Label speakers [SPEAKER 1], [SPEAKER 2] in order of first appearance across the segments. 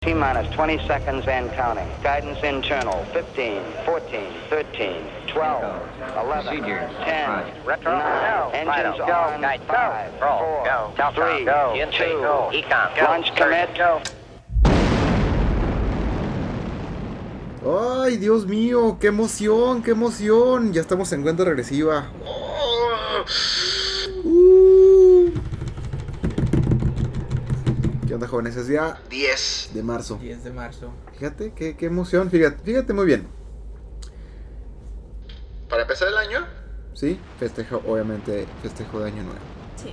[SPEAKER 1] T minus 20 seconds and counting. Guidance internal 15, 14, 13, 12, 11, 10,
[SPEAKER 2] Retro.
[SPEAKER 1] 9. Engines on.
[SPEAKER 2] Guide.
[SPEAKER 1] Five,
[SPEAKER 2] Go.
[SPEAKER 1] four,
[SPEAKER 2] Go.
[SPEAKER 1] three,
[SPEAKER 2] Go.
[SPEAKER 1] two,
[SPEAKER 2] Go. Econ. Go.
[SPEAKER 1] launch commit.
[SPEAKER 2] Go.
[SPEAKER 3] ¡Ay, Dios mío! ¡Qué emoción! ¡Qué emoción! Ya estamos en cuenta regresiva. Uh. ¿Qué onda, jóvenes? Es día
[SPEAKER 4] 10.
[SPEAKER 3] de marzo.
[SPEAKER 5] 10 de marzo.
[SPEAKER 3] Fíjate, qué, qué emoción. Fíjate, fíjate muy bien.
[SPEAKER 4] Para empezar el año,
[SPEAKER 3] ¿Sí? Festejo, obviamente, festejo de Año Nuevo.
[SPEAKER 6] Sí,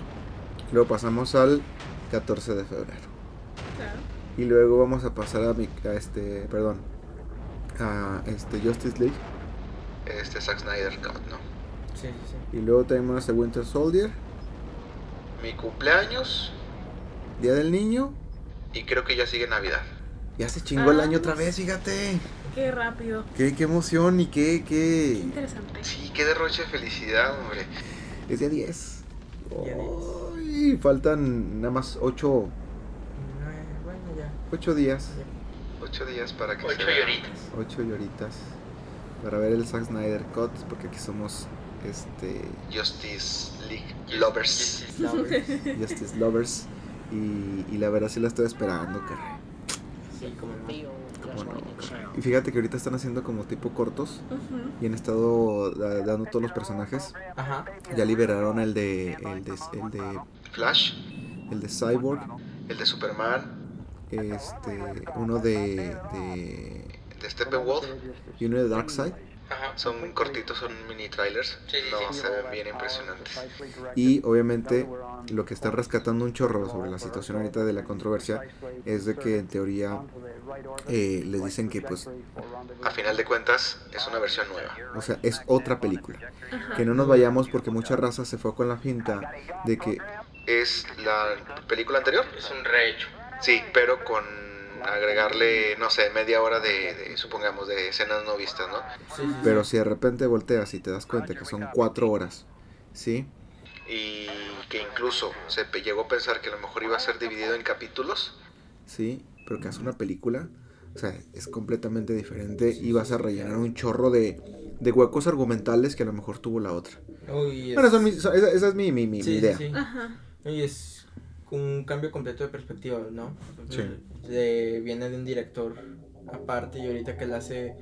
[SPEAKER 3] Luego pasamos al 14 de febrero.
[SPEAKER 6] claro.
[SPEAKER 3] Y luego vamos a pasar a mi. a este. perdón. A este Justice League.
[SPEAKER 4] este Zack Snyder God, ¿no?
[SPEAKER 5] Sí, sí, sí.
[SPEAKER 3] Y luego tenemos a Winter Soldier.
[SPEAKER 4] Mi cumpleaños
[SPEAKER 3] Día del Niño.
[SPEAKER 4] y creo que ya sigue Navidad.
[SPEAKER 3] Ya se chingó el
[SPEAKER 6] Ah,
[SPEAKER 3] año otra
[SPEAKER 6] sí.
[SPEAKER 3] vez, fíjate.
[SPEAKER 6] Qué rápido.
[SPEAKER 3] Qué, qué emoción y qué,
[SPEAKER 6] Qué
[SPEAKER 3] qué.
[SPEAKER 6] interesante.
[SPEAKER 4] Sí, qué derroche de felicidad, hombre.
[SPEAKER 3] Es día 10.
[SPEAKER 5] Día 10.
[SPEAKER 3] Ay, faltan nada más 8,
[SPEAKER 5] No, eh, bueno, ya.
[SPEAKER 3] 8 días.
[SPEAKER 4] Ocho días para que
[SPEAKER 2] Ocho
[SPEAKER 4] sea-
[SPEAKER 2] lloritas.
[SPEAKER 3] 8 lloritas. Para ver el Zack Snyder Cut, porque aquí somos este
[SPEAKER 4] Justice League Lovers.
[SPEAKER 3] Justice Lovers. Y, y la verdad sí la estoy esperando, caray.
[SPEAKER 5] Sí, como no.
[SPEAKER 3] Cómo no, caray. Y fíjate que ahorita están haciendo como tipo cortos
[SPEAKER 6] Ujú.
[SPEAKER 3] y han estado da- dando todos los personajes.
[SPEAKER 5] Ajá.
[SPEAKER 3] Ya liberaron el de el de el de
[SPEAKER 4] Flash,
[SPEAKER 3] el de Cyborg,
[SPEAKER 4] el de Superman,
[SPEAKER 3] este uno de, de
[SPEAKER 4] el de Steppenwolf.
[SPEAKER 3] y uno de Darkseid
[SPEAKER 2] Ajá.
[SPEAKER 4] Son cortitos, son mini trailers.
[SPEAKER 2] Sí, Ah, sí,
[SPEAKER 4] no
[SPEAKER 2] sí.
[SPEAKER 4] se ven bien impresionantes.
[SPEAKER 3] y obviamente lo que está rescatando un chorro sobre la situación ahorita de la controversia es de que en teoría eh, les dicen que pues
[SPEAKER 4] A final de cuentas, es una versión nueva.
[SPEAKER 3] o sea es otra película
[SPEAKER 6] Ajá.
[SPEAKER 3] que no nos vayamos porque mucha raza se fue con la finta de que
[SPEAKER 4] ¿Es la película anterior?
[SPEAKER 2] Es un rehecho.
[SPEAKER 4] Sí, pero con agregarle, no sé, media hora de, de, supongamos, de escenas no vistas, ¿no?
[SPEAKER 5] Sí, sí, sí.
[SPEAKER 3] pero si de repente volteas y te das cuenta que son cuatro horas sí
[SPEAKER 4] Y que incluso se pe- llegó a pensar que a lo mejor iba a ser dividido en capítulos.
[SPEAKER 3] sí pero que hace una película o sea es completamente diferente y vas a rellenar un chorro de de huecos argumentales que a lo mejor tuvo la otra
[SPEAKER 5] Uy, es...
[SPEAKER 3] Bueno, son mis- son- esa, esa es mi, mi, mi- mi
[SPEAKER 5] sí, sí,
[SPEAKER 3] idea.
[SPEAKER 5] sí.
[SPEAKER 6] Ajá.
[SPEAKER 5] Y es un cambio completo de perspectiva, ¿no?
[SPEAKER 3] Sí.
[SPEAKER 5] De- viene de un director aparte y ahorita que la hace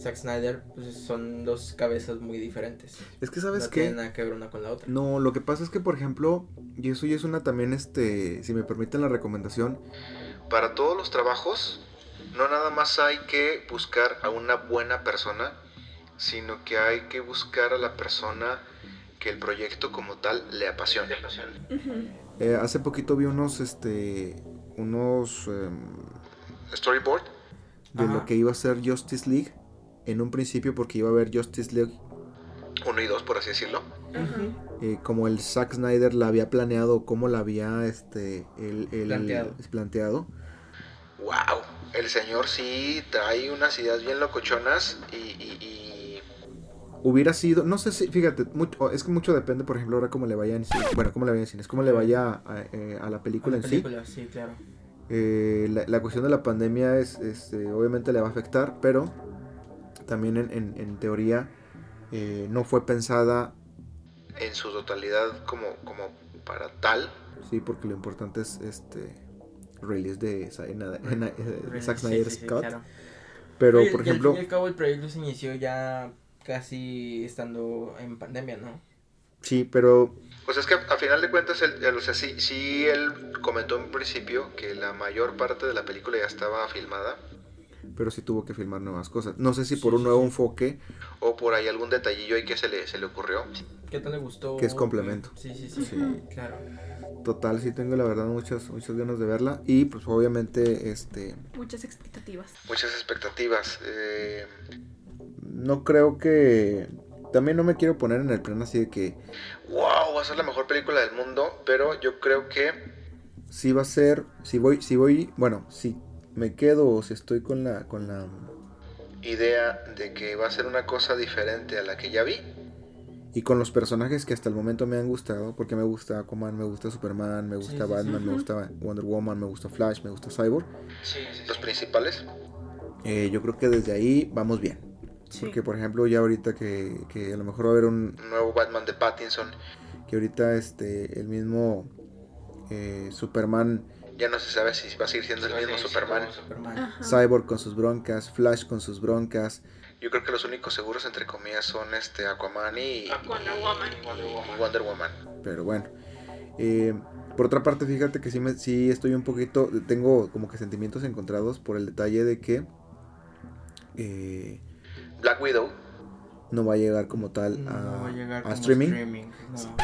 [SPEAKER 5] Zack Snyder, pues son dos cabezas muy diferentes.
[SPEAKER 3] Es que, ¿sabes
[SPEAKER 5] no
[SPEAKER 3] qué?
[SPEAKER 5] tienen nada que ver una con la otra.
[SPEAKER 3] No, lo que pasa es que, por ejemplo, y eso ya es una también, este, si me permiten la recomendación,
[SPEAKER 4] Para todos los trabajos, no nada más hay que buscar a una buena persona, sino que hay que buscar a la persona que el proyecto como tal le apasione.
[SPEAKER 6] Ujú.
[SPEAKER 3] eh, hace poquito vi unos, este, unos em,
[SPEAKER 4] Storyboard,
[SPEAKER 3] de lo
[SPEAKER 5] Ajá.
[SPEAKER 3] que iba a ser Justice League en un principio, porque iba a haber Justice League
[SPEAKER 4] uno y dos, por así decirlo.
[SPEAKER 6] Ajá.
[SPEAKER 3] eh, como el Zack Snyder la había planeado, como la había, este, el, el-
[SPEAKER 5] Planteado.
[SPEAKER 3] planteado.
[SPEAKER 4] ¡Wow! El señor sí trae unas ideas bien locochonas y, y-
[SPEAKER 3] Hubiera sido, no sé si, fíjate, mucho- es que mucho depende, por ejemplo, ahora cómo le vaya en sí, bueno, cómo le vaya en cines, cómo le vaya a, eh, a la
[SPEAKER 5] Con
[SPEAKER 3] película
[SPEAKER 5] la
[SPEAKER 3] en sí.
[SPEAKER 5] película, sí, claro.
[SPEAKER 3] Eh, la, la cuestión de la pandemia es, este, obviamente le va a afectar, pero también en, en- en teoría eh, no fue pensada,
[SPEAKER 4] y en su totalidad como, como para tal.
[SPEAKER 3] sí, porque lo importante es este release de, Sa- en- en- de Zack
[SPEAKER 5] Sí,
[SPEAKER 3] Snyder
[SPEAKER 5] sí, sí,
[SPEAKER 3] Scott.
[SPEAKER 5] claro.
[SPEAKER 3] Pero
[SPEAKER 5] Oye,
[SPEAKER 3] por
[SPEAKER 5] y al
[SPEAKER 3] ejemplo,
[SPEAKER 5] fin y al cabo el proyecto se inició ya casi estando en pandemia, ¿no?
[SPEAKER 3] sí, pero
[SPEAKER 4] Pues es que a final de cuentas, él, él, o sea, sí, sí él comentó en principio que la mayor parte de la película ya estaba filmada
[SPEAKER 3] pero sí tuvo que filmar nuevas cosas. No sé si
[SPEAKER 5] Sí,
[SPEAKER 3] por un
[SPEAKER 5] sí,
[SPEAKER 3] nuevo
[SPEAKER 5] sí.
[SPEAKER 3] enfoque,
[SPEAKER 4] o por ahí algún detallillo ahí que se le, se le ocurrió.
[SPEAKER 5] ¿Qué tal le gustó?
[SPEAKER 3] Que es complemento.
[SPEAKER 5] Sí, sí, sí.
[SPEAKER 3] Sí.
[SPEAKER 5] Claro.
[SPEAKER 3] total, sí tengo la verdad muchas, muchas ganas de verla y pues obviamente este
[SPEAKER 6] Muchas expectativas.
[SPEAKER 4] Muchas expectativas. eh,
[SPEAKER 3] no creo que también no me quiero poner en el plan así de que
[SPEAKER 4] ¡Wow! Va a ser la mejor película del mundo, pero yo creo que
[SPEAKER 3] si va a ser, si voy, si voy, bueno, si me quedo o si estoy con la, con la
[SPEAKER 4] idea de que va a ser una cosa diferente a la que ya vi,
[SPEAKER 3] Y con los personajes que hasta el momento me han gustado, porque me gusta Aquaman, me gusta Superman, me gusta
[SPEAKER 5] sí, sí.
[SPEAKER 3] Batman, me
[SPEAKER 6] Ujú.
[SPEAKER 3] gusta Wonder Woman, me gusta Flash, me gusta Cyborg.
[SPEAKER 4] Los principales.
[SPEAKER 3] eh, yo creo que desde ahí vamos bien.
[SPEAKER 6] Sí.
[SPEAKER 3] Porque, por ejemplo, ya ahorita que, que a lo mejor va a haber un.
[SPEAKER 4] Nuevo Batman de Pattinson.
[SPEAKER 3] que ahorita este el mismo eh, Superman
[SPEAKER 4] Ya no se sabe si va a seguir siendo el mismo Superman.
[SPEAKER 5] Superman.
[SPEAKER 6] Ajá.
[SPEAKER 3] Cyborg con sus broncas, Flash con sus broncas,
[SPEAKER 4] Yo creo que los únicos seguros, entre comillas, son este Aquaman y,
[SPEAKER 3] Ah,
[SPEAKER 6] Wonder
[SPEAKER 4] y-
[SPEAKER 6] Woman.
[SPEAKER 4] y Wonder Woman.
[SPEAKER 3] pero bueno. Eh, por otra parte, fíjate que sí, me, sí estoy un poquito, tengo como que sentimientos encontrados por el detalle de que eh,
[SPEAKER 4] Black Widow.
[SPEAKER 3] no va a llegar como tal
[SPEAKER 5] No
[SPEAKER 3] a,
[SPEAKER 5] va a llegar
[SPEAKER 3] Ah, a
[SPEAKER 5] como
[SPEAKER 3] streaming,
[SPEAKER 5] no.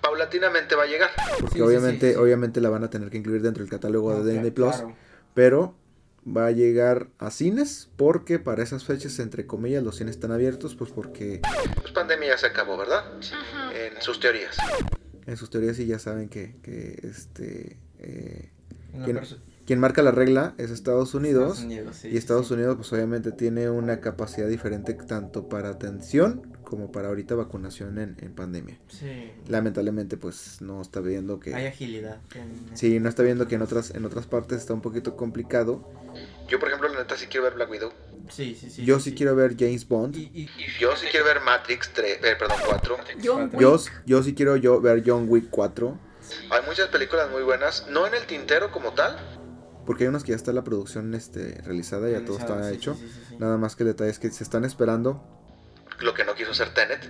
[SPEAKER 4] Paulatinamente va a llegar.
[SPEAKER 3] porque
[SPEAKER 5] Sí, sí,
[SPEAKER 3] obviamente,
[SPEAKER 5] sí, sí.
[SPEAKER 3] obviamente la van a tener que incluir dentro del catálogo
[SPEAKER 5] No,
[SPEAKER 3] de Disney Plus,
[SPEAKER 5] Ah, claro.
[SPEAKER 3] pero va a llegar a cines porque para esas fechas, entre comillas, los cines están abiertos, pues porque
[SPEAKER 4] Pues pandemia ya se acabó, ¿verdad?
[SPEAKER 6] Ajá.
[SPEAKER 4] En sus teorías.
[SPEAKER 3] en sus teorías sí ya saben que, que este eh,
[SPEAKER 5] Una
[SPEAKER 3] ¿Quién?
[SPEAKER 5] perso-
[SPEAKER 3] quien marca la regla es Estados Unidos.
[SPEAKER 5] Estados Unidos, sí,
[SPEAKER 3] Y Estados
[SPEAKER 5] sí.
[SPEAKER 3] Unidos, pues obviamente tiene una capacidad diferente tanto para atención como para ahorita vacunación en, en pandemia.
[SPEAKER 5] Sí.
[SPEAKER 3] Lamentablemente, pues no está viendo que.
[SPEAKER 5] Hay agilidad. en-
[SPEAKER 3] Sí, no está viendo que en otras, en otras partes está un poquito complicado.
[SPEAKER 4] Yo, por ejemplo, la neta sí quiero ver Black Widow.
[SPEAKER 5] Sí, sí, sí.
[SPEAKER 3] Yo sí quiero ver James Bond.
[SPEAKER 5] Y, y- y-
[SPEAKER 4] Yo sí quiero ver Matrix 3, eh, perdón, 4.
[SPEAKER 6] John Wick.
[SPEAKER 3] Yo, yo sí quiero yo ver John Wick 4.
[SPEAKER 4] Hay muchas películas muy buenas, no en el tintero como tal.
[SPEAKER 3] Porque hay unas que ya está la producción este, realizada, ya todo
[SPEAKER 5] organizado,
[SPEAKER 3] está
[SPEAKER 5] sí, sí,
[SPEAKER 3] hecho.
[SPEAKER 5] sí, sí, sí.
[SPEAKER 3] Nada más que el detalle es que se están esperando
[SPEAKER 4] Lo que no quiso ser Tenet.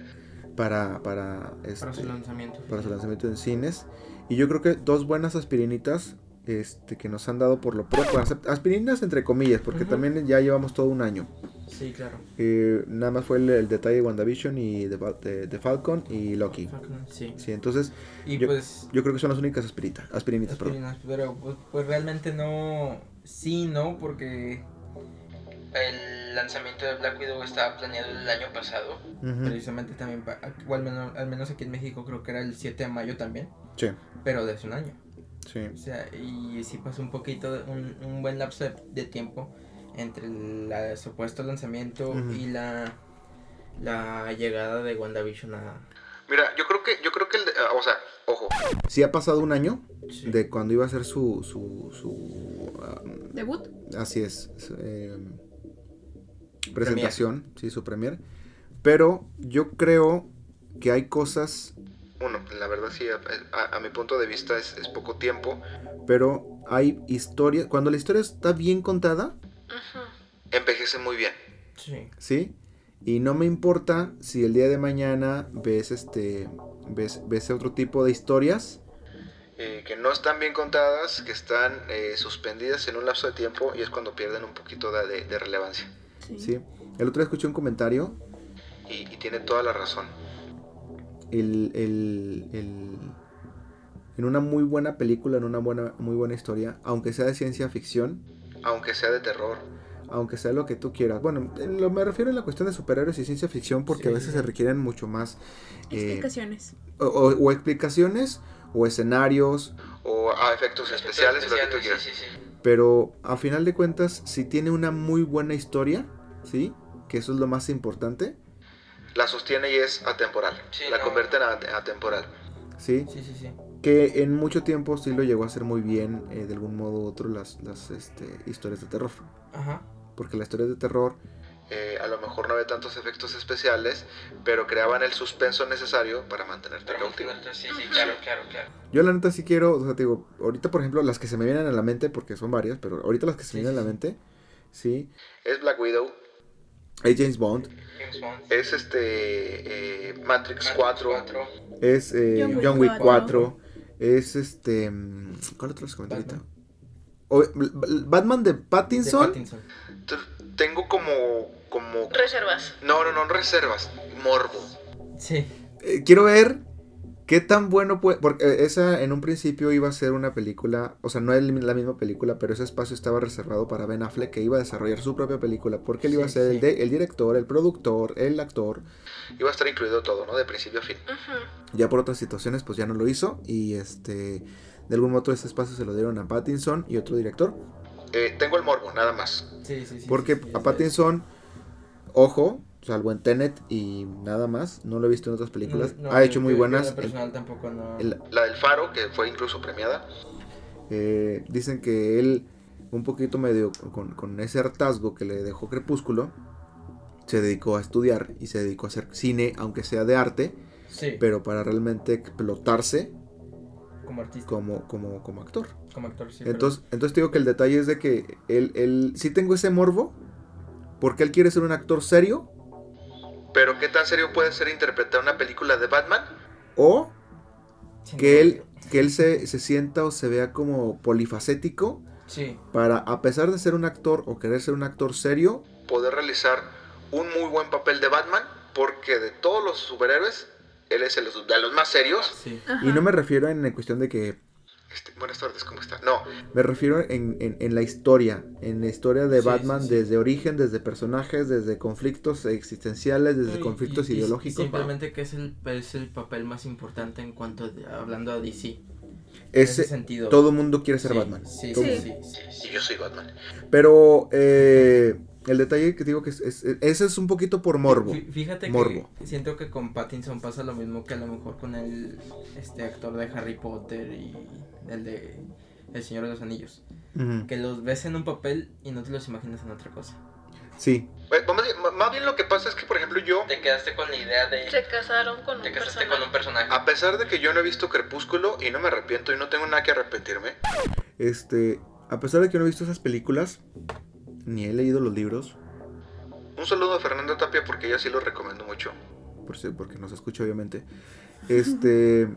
[SPEAKER 3] para, para, este,
[SPEAKER 5] Para su lanzamiento.
[SPEAKER 3] para su lanzamiento en cines. Y yo creo que dos buenas aspirinitas este, que nos han dado por lo pronto. as- Aspirinitas entre comillas, porque
[SPEAKER 5] Ujú.
[SPEAKER 3] también ya llevamos todo un año.
[SPEAKER 5] Sí, claro.
[SPEAKER 3] Eh, nada más fue el, el detalle de WandaVision y de, Fa- de- de Falcon y Loki.
[SPEAKER 5] Falcon, Sí.
[SPEAKER 3] Sí, entonces
[SPEAKER 5] Y
[SPEAKER 3] Yo-
[SPEAKER 5] pues.
[SPEAKER 3] yo creo que son las únicas aspirita, aspirinitas. perdón.
[SPEAKER 5] aspirinas, pero pues, pues realmente no. Sí, no, porque. El lanzamiento de Black Widow estaba planeado el año pasado.
[SPEAKER 3] Ujú,
[SPEAKER 5] Precisamente también. pa- O al menos, al menos aquí en México creo que era el 7 de mayo también.
[SPEAKER 3] Sí,
[SPEAKER 5] Pero de hace un año.
[SPEAKER 3] sí.
[SPEAKER 5] O sea, y sí pasó un poquito, un, un buen lapso de, de tiempo entre el la- supuesto lanzamiento
[SPEAKER 3] Ujú.
[SPEAKER 5] y la, la llegada de WandaVision a...
[SPEAKER 4] Mira, yo creo que, yo creo que el, de- ah, o sea, ojo,
[SPEAKER 3] Sí ha pasado un año
[SPEAKER 5] Sí.
[SPEAKER 3] de cuando iba a ser su... su, su, ah,
[SPEAKER 6] Debut.
[SPEAKER 3] Así es. su, eh, presentación, sí, su premier. Pero yo creo que hay cosas,
[SPEAKER 4] bueno, la verdad sí, a, a- a mi punto de vista es, es poco tiempo.
[SPEAKER 3] pero hay historias. Cuando la historia está bien contada,
[SPEAKER 6] Ajá.
[SPEAKER 4] Envejece muy bien.
[SPEAKER 5] Sí.
[SPEAKER 3] ¿sí? Y no me importa si el día de mañana ves este. ves, ves otro tipo de historias.
[SPEAKER 4] eh, que no están bien contadas, que están eh, suspendidas en un lapso de tiempo y es cuando pierden un poquito de, de- de relevancia.
[SPEAKER 6] Sí.
[SPEAKER 3] ¿sí? El otro día escuché un comentario.
[SPEAKER 4] Y, y tiene toda la razón.
[SPEAKER 3] el- el- el- en una muy buena película, en una buena, muy buena historia, aunque sea de ciencia ficción,
[SPEAKER 4] Aunque sea de terror.
[SPEAKER 3] aunque sea lo que tú quieras. Bueno, lo, me refiero a la cuestión de superhéroes y ciencia ficción porque a
[SPEAKER 5] Sí,
[SPEAKER 3] veces
[SPEAKER 5] sí.
[SPEAKER 3] se requieren mucho más eh,
[SPEAKER 6] Explicaciones.
[SPEAKER 3] o, o- o explicaciones o escenarios,
[SPEAKER 4] O a efectos especiales, lo que tú quieras.
[SPEAKER 3] pero a final de cuentas si tiene una muy buena historia, ¿sí? Que eso es lo más importante,
[SPEAKER 4] La sostiene y es atemporal.
[SPEAKER 5] Sí,
[SPEAKER 4] la
[SPEAKER 5] no.
[SPEAKER 4] convierten a a atemporal.
[SPEAKER 3] ¿sí?
[SPEAKER 5] Sí, sí, sí.
[SPEAKER 3] Que en mucho tiempo sí lo llegó a hacer muy bien eh, de algún modo u otro las, las este, historias de terror.
[SPEAKER 5] Ajá.
[SPEAKER 3] Porque las historias de terror,
[SPEAKER 4] Eh, a lo mejor no había tantos efectos especiales, pero creaban el suspenso necesario para mantenerte cautivo.
[SPEAKER 5] Sí, sí, claro, claro, claro.
[SPEAKER 3] yo la neta sí quiero, o sea, te digo, ahorita por ejemplo las que se me vienen a la mente, porque son varias, pero ahorita las que se
[SPEAKER 5] Sí,
[SPEAKER 3] me vienen a la
[SPEAKER 5] sí, sí.
[SPEAKER 3] mente, ¿sí?
[SPEAKER 4] Es Black Widow,
[SPEAKER 3] es James Bond,
[SPEAKER 4] es este eh, Matrix 4,
[SPEAKER 3] es eh,
[SPEAKER 6] John Wick
[SPEAKER 3] John Wick 4,
[SPEAKER 6] cuatro.
[SPEAKER 3] es este... mm, ¿Cuál otro les comenté ahorita?
[SPEAKER 5] Batman.
[SPEAKER 3] O- Bl- Bl- Batman de Pattinson,
[SPEAKER 4] T- Tengo como, como...
[SPEAKER 6] Reservas.
[SPEAKER 4] No, no, no, reservas. Morbo.
[SPEAKER 5] Sí.
[SPEAKER 3] eh, quiero ver qué tan bueno puede... Porque eh, esa en un principio iba a ser una película, o sea, no es la misma película, pero ese espacio estaba reservado para Ben Affleck, que iba a desarrollar su propia película, porque él iba a
[SPEAKER 5] Sí,
[SPEAKER 3] ser el,
[SPEAKER 5] sí.
[SPEAKER 3] de- el director, el productor, el actor.
[SPEAKER 4] Iba a estar incluido todo, ¿no? De principio a fin.
[SPEAKER 6] Ajá.
[SPEAKER 3] Ya por otras situaciones, pues ya no lo hizo, y este... De algún modo ese espacio se lo dieron a Pattinson y otro director.
[SPEAKER 4] Eh, tengo el morbo, nada más.
[SPEAKER 5] Sí, sí, sí.
[SPEAKER 3] Porque
[SPEAKER 5] sí, sí,
[SPEAKER 3] a
[SPEAKER 5] es-
[SPEAKER 3] Pattinson, ojo, salvo en Tenet y nada más. No lo he visto en otras películas.
[SPEAKER 5] Mm, No, no,
[SPEAKER 3] ha hecho
[SPEAKER 5] yo-
[SPEAKER 3] muy
[SPEAKER 5] yo- yo en lo
[SPEAKER 3] buenas. eh,
[SPEAKER 5] personal tampoco no.
[SPEAKER 3] El- el-
[SPEAKER 4] La del Faro, que fue incluso premiada.
[SPEAKER 3] eh, dicen que él, un poquito medio con, con ese hartazgo que le dejó Crepúsculo, se dedicó a estudiar y se dedicó a hacer cine, aunque sea de arte,
[SPEAKER 5] sí,
[SPEAKER 3] pero para realmente explotarse
[SPEAKER 5] como artista, como,
[SPEAKER 3] como, como, como actor.
[SPEAKER 5] actor, sí. pero-
[SPEAKER 3] Entonces, entonces te digo que el detalle es de que él, él sí tengo ese morbo, porque él quiere ser un actor serio
[SPEAKER 4] Pero ¿qué tan serio puede ser interpretar una película de Batman?
[SPEAKER 3] o
[SPEAKER 5] sí, no,
[SPEAKER 3] que él, que él se, se sienta o se vea como polifacético
[SPEAKER 5] Sí,
[SPEAKER 3] para, a pesar de ser un actor o querer ser un actor serio,
[SPEAKER 4] Poder realizar un muy buen papel de Batman, porque de todos los superhéroes, él es el de los más serios.
[SPEAKER 5] sí.
[SPEAKER 3] y no me refiero en, en cuestión de que,
[SPEAKER 4] Este, buenas tardes, ¿cómo está? No,
[SPEAKER 3] me refiero en, en- en la historia, en la historia de
[SPEAKER 5] Sí,
[SPEAKER 3] Batman
[SPEAKER 5] sí, sí.
[SPEAKER 3] desde origen, desde personajes, desde conflictos existenciales, desde
[SPEAKER 5] No, y-
[SPEAKER 3] conflictos
[SPEAKER 5] y- y
[SPEAKER 3] ideológicos.
[SPEAKER 5] simplemente que es el, es el papel más importante en cuanto de- hablando a DC. en ese
[SPEAKER 3] Ese,
[SPEAKER 5] sentido.
[SPEAKER 3] todo mundo quiere ser
[SPEAKER 5] Sí,
[SPEAKER 3] Batman.
[SPEAKER 5] Sí,
[SPEAKER 3] Todo
[SPEAKER 5] sí,
[SPEAKER 3] mundo.
[SPEAKER 5] sí,
[SPEAKER 4] y yo soy Batman.
[SPEAKER 3] Pero eh, el detalle que digo que es, es- ese es un poquito por morbo.
[SPEAKER 5] Fí- Fíjate
[SPEAKER 3] Morbo.
[SPEAKER 5] que siento que con Pattinson pasa lo mismo que a lo mejor con el este actor de Harry Potter y el de El Señor de los Anillos.
[SPEAKER 3] Ujú.
[SPEAKER 5] Que los ves en un papel y no te los imaginas en otra cosa.
[SPEAKER 3] Sí,
[SPEAKER 4] Eh, vamos a- m- más bien lo que pasa es que, por ejemplo, yo,
[SPEAKER 5] Te quedaste con la idea de...
[SPEAKER 6] Se casaron con
[SPEAKER 5] Te
[SPEAKER 6] un
[SPEAKER 5] casaste con un
[SPEAKER 6] personaje.
[SPEAKER 5] personaje.
[SPEAKER 4] a pesar de que yo no he visto Crepúsculo y no me arrepiento y no tengo nada que arrepentirme,
[SPEAKER 3] este, a pesar de que no he visto esas películas, ni he leído los libros,
[SPEAKER 4] un saludo a Fernanda Tapia porque ella sí lo recomiendo mucho.
[SPEAKER 3] por si, porque no se escucha obviamente. Este,